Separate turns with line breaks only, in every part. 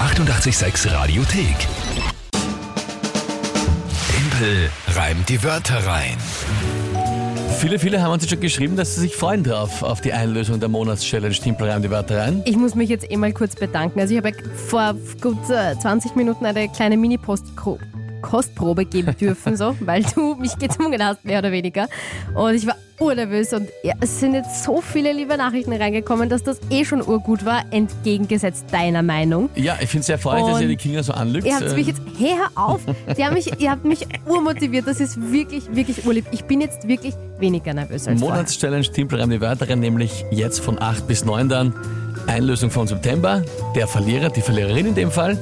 886 Radiothek. Tempel reimt die Wörter rein.
Viele, viele haben uns jetzt schon geschrieben, dass sie sich freuen drauf auf die Einlösung der Monatschallenge Timpel reim die Wörter rein.
Ich muss mich jetzt eh mal kurz bedanken. Also ich habe ja vor gut äh, 20 Minuten eine kleine Mini-Kostprobe geben dürfen, so, weil du mich gezwungen hast, mehr oder weniger. Und ich war urnervös und ja, es sind jetzt so viele liebe Nachrichten reingekommen, dass das eh schon urgut war, entgegengesetzt deiner Meinung.
Ja, ich finde es sehr erfreulich, dass ihr
Und
die Kinder so anlügt.
Ihr habt
Äh,
mich jetzt, hey, hör auf! Die haben mich, ihr habt mich urmotiviert, das ist wirklich, wirklich urlieb. Ich bin jetzt wirklich weniger nervös als vorher.
Monatschallenge Timpel reimt die Wörter rein, nämlich jetzt von 8 bis 9 dann. Einlösung von September. Der Verlierer, die Verliererin in dem Fall.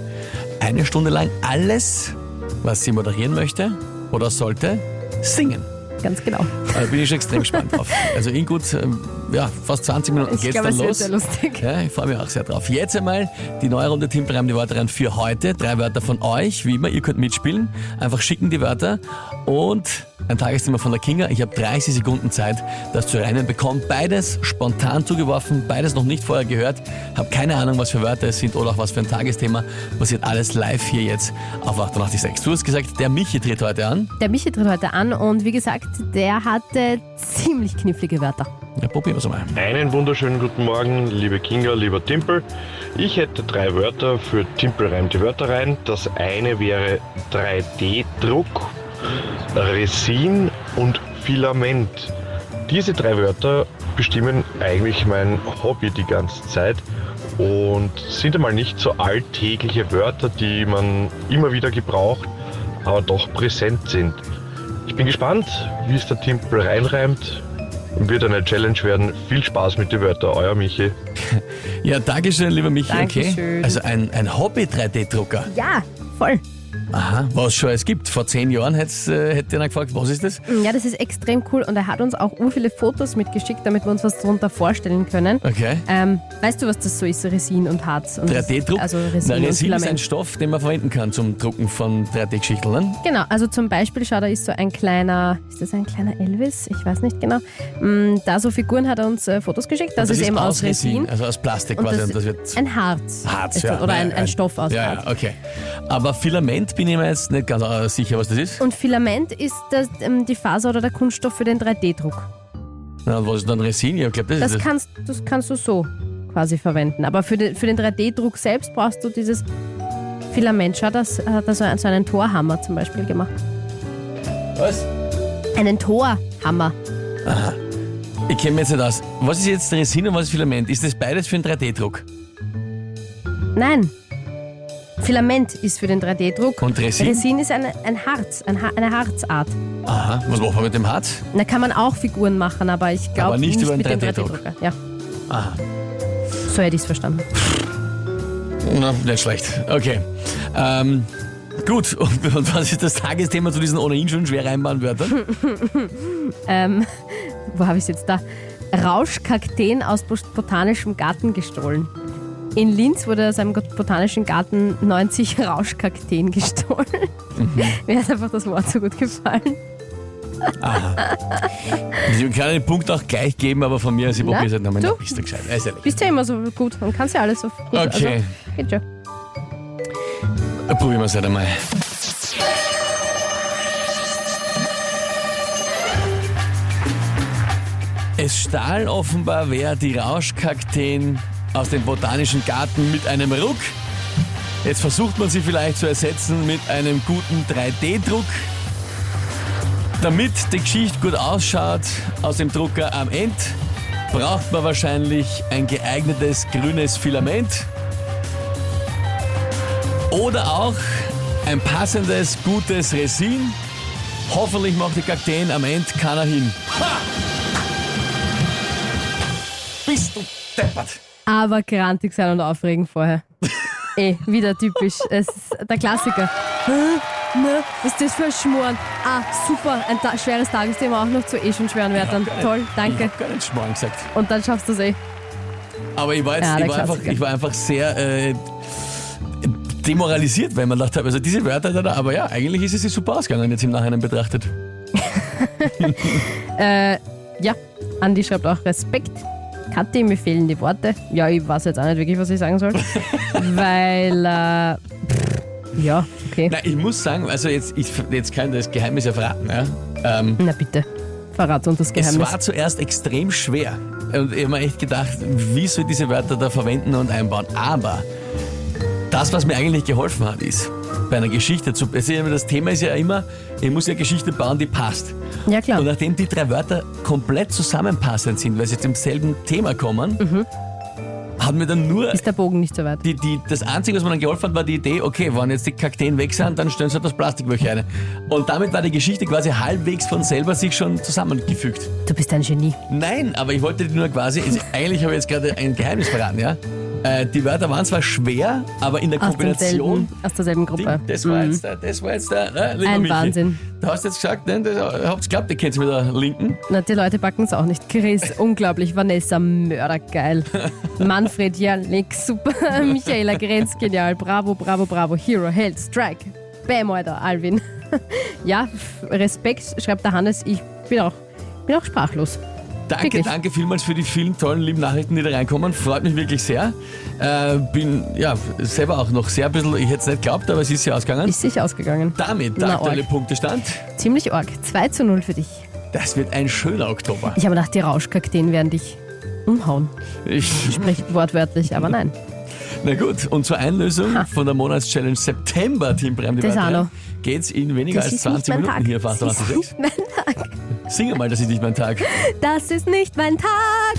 Eine Stunde lang alles, was sie moderieren möchte oder sollte, singen.
Ganz genau.
Da Äh, bin ich schon extrem gespannt drauf. Also in gut, ähm, ja, fast 20 Minuten
Ich
geht's
glaube,
dann
es wird
los.
sehr lustig.
Ja, ich freue mich auch sehr drauf. Jetzt einmal die neue Runde Timpel reimt die Wörter rein für heute. Drei Wörter von euch, wie immer, ihr könnt mitspielen. Einfach schicken die Wörter und ein Tagesthema von der Kinga. Ich habe 30 Sekunden Zeit, das zu reimen bekommen. Beides spontan zugeworfen, beides noch nicht vorher gehört. Habe keine Ahnung, was für Wörter es sind oder auch was für ein Tagesthema. Passiert alles live hier jetzt auf 886. Du hast gesagt, der Michi tritt heute an.
Der Michi tritt heute an und wie gesagt, der hatte ziemlich knifflige Wörter.
Ja, probieren wir es mal.
Einen wunderschönen guten Morgen, liebe Kinga, lieber Timpel. Ich hätte drei Wörter für Timpel reimt die Wörter rein. Das eine wäre 3D-Druck, Resin und Filament. Diese drei Wörter bestimmen eigentlich mein Hobby die ganze Zeit und sind einmal nicht so alltägliche Wörter, die man immer wieder gebraucht, aber doch präsent sind. Ich bin gespannt, wie es der Timpel reinreimt. Wird eine Challenge werden. Viel Spaß mit den Wörtern, euer Michi.
Ja, Dankeschön, lieber Michi. Okay.
Dankeschön.
Also ein, ein Hobby-3D-Drucker.
Ja, voll.
Aha, was schon es gibt. Vor zehn Jahren hätt's, äh, hätte einer gefragt, was ist das?
Mm, Ja, das ist extrem cool und er hat uns auch ur viele Fotos mitgeschickt, damit wir uns was darunter vorstellen können.
Okay.
Ähm, weißt du, was das so ist? Resin und Harz. Und das-
3D-Druck?
Also Resin
Na,
und
Resin ist
Filament.
ein Stoff, den man verwenden kann zum Drucken von 3D-Geschichten. ne?
Genau, also zum Beispiel, schau, da ist so ein kleiner, ist das ein kleiner Elvis? Ich weiß nicht genau. Mm, da so Figuren hat er uns äh, Fotos geschickt. Das,
Und
ist, eben aus Resin.
also aus Plastik
Und
quasi.
das-
und das wird
Ein Harz.
Harz,
ist
ja.
das, Oder
Nein,
ein, ein Stoff aus
ja,
Harz.
Ja, okay. Aber Filament bin ich mir jetzt nicht ganz äh, sicher, was das ist.
Und Filament ist das, ähm, die Faser oder der Kunststoff für den 3D-Druck.
Na, und was ist dann Resin? Ich glaube, das,
Das
ist
kannst, das kannst du so quasi verwenden. Aber für den, für den 3D-Druck selbst brauchst du dieses Filament. Schau, das hat er so einen, so einen Torhammer zum Beispiel gemacht.
das. Was?
Einen Torhammer.
Ich kenne mich jetzt nicht aus. Was ist jetzt Resin und was ist Filament? Ist das beides für einen 3D-Druck?
Nein. Filament ist für den 3D-Druck.
Und Resin?
Resin ist eine, ein Harz, ein ha eine Harzart.
Aha, was machen wir mit dem Harz?
Da kann man auch Figuren machen, aber ich glaube
Aber nicht über
mit
einen
dem
3D-Drucker.
3D-Drucker. Ja. So hätte ich es verstanden.
Na, nicht schlecht. Okay. Ähm, gut, und, und was ist das Tagesthema zu diesen ohnehin schon schwer reinbaren Wörtern?
Ähm, wo habe ich es jetzt da? Rauschkakteen aus bos- botanischem Garten gestohlen. In Linz wurde aus einem got- botanischen Garten 90 Rauschkakteen gestohlen. Mir hat einfach das Wort so gut gefallen.
Ich kann den Punkt auch gleich geben, aber von mir, aus, ich
Na,
probiere es halt nochmal.
du?
Na, Bist du gescheit? Ist ehrlich.
Bist ja immer so gut und kannst ja alles so gut.
Okay.
Also, geht schon.
Probieren wir es halt einmal. Es stahl offenbar wer die Rauschkakteen aus dem botanischen Garten mit einem Ruck. Jetzt versucht man sie vielleicht zu ersetzen mit einem guten 3D-Druck. Damit die Geschichte gut ausschaut aus dem Drucker am Ende, braucht man wahrscheinlich ein geeignetes grünes Filament oder auch ein passendes, gutes Resin. Hoffentlich macht die Kakteen am Ende keiner hin. Ha! Bist du deppert?
Aber grantig sein und aufregen vorher. eh, wieder typisch. Es ist der Klassiker. Hä? Ne, was ist das für ein Schmoren? Ah, super, ein ta schweres Tagesthema auch noch zu eh schon schweren Wörtern. Toll,
Ich
danke.
hab gar nicht Schmarrn gesagt.
Und dann schaffst du es eh.
Aber ich war, jetzt,
Ja, der
ich war, einfach,
Klassiker.
ich war einfach sehr äh, demoralisiert, weil man dachte, also diese Wörter da, da, aber ja, eigentlich ist es sich super ausgegangen, jetzt im Nachhinein betrachtet.
Äh, ja, Andi schreibt auch Respekt. Kathi, mir fehlen die Worte. Ja, ich weiß jetzt auch nicht wirklich, was ich sagen soll. weil, äh, pff, ja, okay.
Nein, ich muss sagen, also jetzt, ich, jetzt kann ich das Geheimnis ja verraten. Ja? Ähm,
Na bitte, verrate uns das
es
Geheimnis.
war zuerst extrem schwer. Und ich habe mir echt gedacht, wie soll ich diese Wörter da verwenden und einbauen? Aber das, was mir eigentlich geholfen hat, ist, bei einer Geschichte zu. es ist ja immer- Das Thema ist ja immer, ich muss ja Geschichte bauen, die passt.
ja, klar.
Und nachdem die drei Wörter komplett zusammenpassend sind, weil sie zum selben Thema kommen, haben wir dann nur
Ist der Bogen nicht so weit?
die, die, das Einzige, was mir dann geholfen hat, war die Idee, okay, wenn jetzt die Kakteen weg sind, dann stellen sie halt das Plastikwöchchen rein. Und damit war die Geschichte quasi halbwegs von selber sich schon zusammengefügt.
Du bist ein Genie.
Nein, aber ich wollte dir nur quasi, also eigentlich habe ich jetzt gerade ein Geheimnis verraten, ja? Äh, die Wörter waren zwar schwer, aber in der
Aus,
Kombination...
demselben, aus derselben Gruppe.
Ding, das war
Mhm.
jetzt der, das war jetzt der, ne, lieber
Ein
Michi.
Wahnsinn.
Du hast jetzt gesagt, ne, das habt's geklappt, ihr kennt's mit der Linken.
Na, die Leute backen es auch nicht. Chris, unglaublich. Vanessa, mördergeil. Manfred, ja, nix, super. Michaela Grenz, genial. Bravo, bravo, bravo. Hero, Held, Strike. Bam, Alter, Alvin. ja, f- Respekt, schreibt der Hannes. Ich bin auch, bin auch sprachlos.
Danke,
Wirklich.
danke vielmals für die vielen tollen, lieben Nachrichten, die da reinkommen. Freut mich wirklich sehr. Äh, bin ja selber auch noch sehr ein bisschen, ich hätte es nicht geglaubt, aber es ist ja ausgegangen.
Ist sich ausgegangen.
Damit der
Na,
aktuelle
arg.
Punktestand.
Ziemlich arg. 2 zu 0 für dich.
Das wird ein schöner Oktober.
Ich habe gedacht, die Rauschkakteen werden dich umhauen.
Ich,
Sprich wortwörtlich, aber nein.
na gut, und zur Einlösung
Ha.
von der Monatschallenge September, Team Brem, die
Das auch
Wörter,
noch.
geht's in weniger
Das
als
ist nicht
20
mein
Minuten
Tag.
hier auf
Das ist
886.
nicht mein Tag.
Sing einmal, das ist nicht mein Tag.
Das ist nicht mein Tag.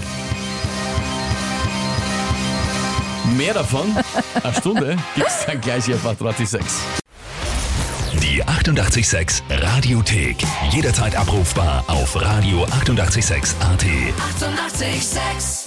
Mehr davon, eine Stunde, gibt's dann gleich hier auf 886.
Die 886 Radiothek. Jederzeit abrufbar auf radio886.at. 886!
886